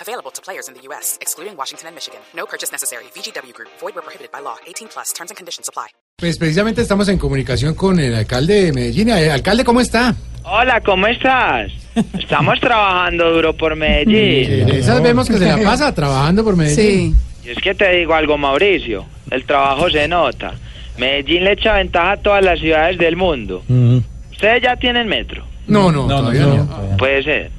Available to players in the U.S., excluding Washington and Michigan. No purchase necessary. VGW Group, void were prohibited by law. 18 plus terms and conditions apply. Pues precisamente estamos en comunicación con el alcalde de Medellín. Eh, Alcalde, ¿cómo está? Hola, ¿cómo estás? Estamos trabajando duro por Medellín. De esas vemos que se la pasa trabajando por Medellín. Y es que te digo algo, Mauricio. El trabajo se nota. Medellín le echa ventaja a todas las ciudades del mundo. Ustedes ya tienen metro. No, no, todavía no. Puede ser.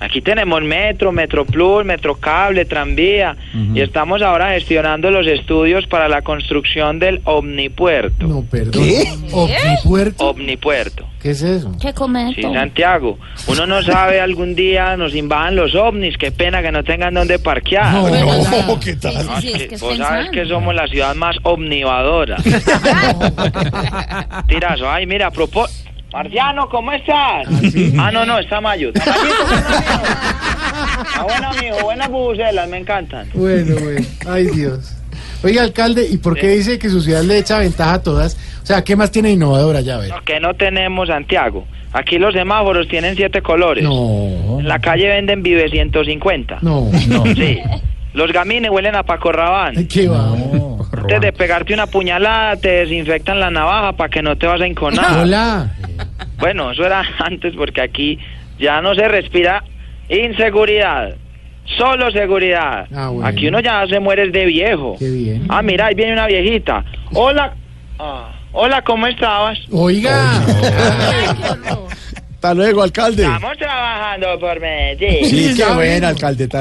Aquí tenemos metro, metro plus, metro cable, tranvía. Y estamos ahora gestionando los estudios para la construcción del omnipuerto. No, perdón. ¿Qué? ¿Omnipuerto? Omnipuerto. ¿Qué es eso? ¿Qué comer? Sí, Santiago. Uno no sabe, algún día nos invadan los ovnis. Qué pena que no tengan dónde parquear. No, no. No, ¿qué tal? Sí, sí, es que es Vos sabes pensar. Ah, que somos la ciudad más omnivadora. Tirazo, ay, mira, propó... Marciano, ¿cómo estás? Ah, no, no, está Mayo. Está Mayito, Ah, bueno, mijo. Está bueno, mijo, buenas bubucelas, me encantan. Bueno, bueno. Ay, Dios. Oiga, alcalde, ¿y por qué dice que su ciudad le echa ventaja a todas? O sea, ¿qué más tiene innovadora? Ya, a ver. Porque no tenemos Santiago. Aquí los semáforos tienen siete Eh, colores. No. En la calle venden Vive 150. No, no. Sí. Los gamines huelen a Paco Rabanne. Ay, ¿Qué va? Antes de pegarte una puñalada, te desinfectan la navaja para que no te vas a enconar. Hola. Bueno, eso era antes porque aquí ya no se respira inseguridad, solo seguridad. Ah, bueno. Aquí uno ya se muere de viejo. Qué bien. Ah, mira, ahí viene una viejita. Hola, ah, hola, ¿cómo estabas? Oiga. Hasta luego, alcalde. Estamos trabajando por Medellín. Sí, qué buen alcalde. tal.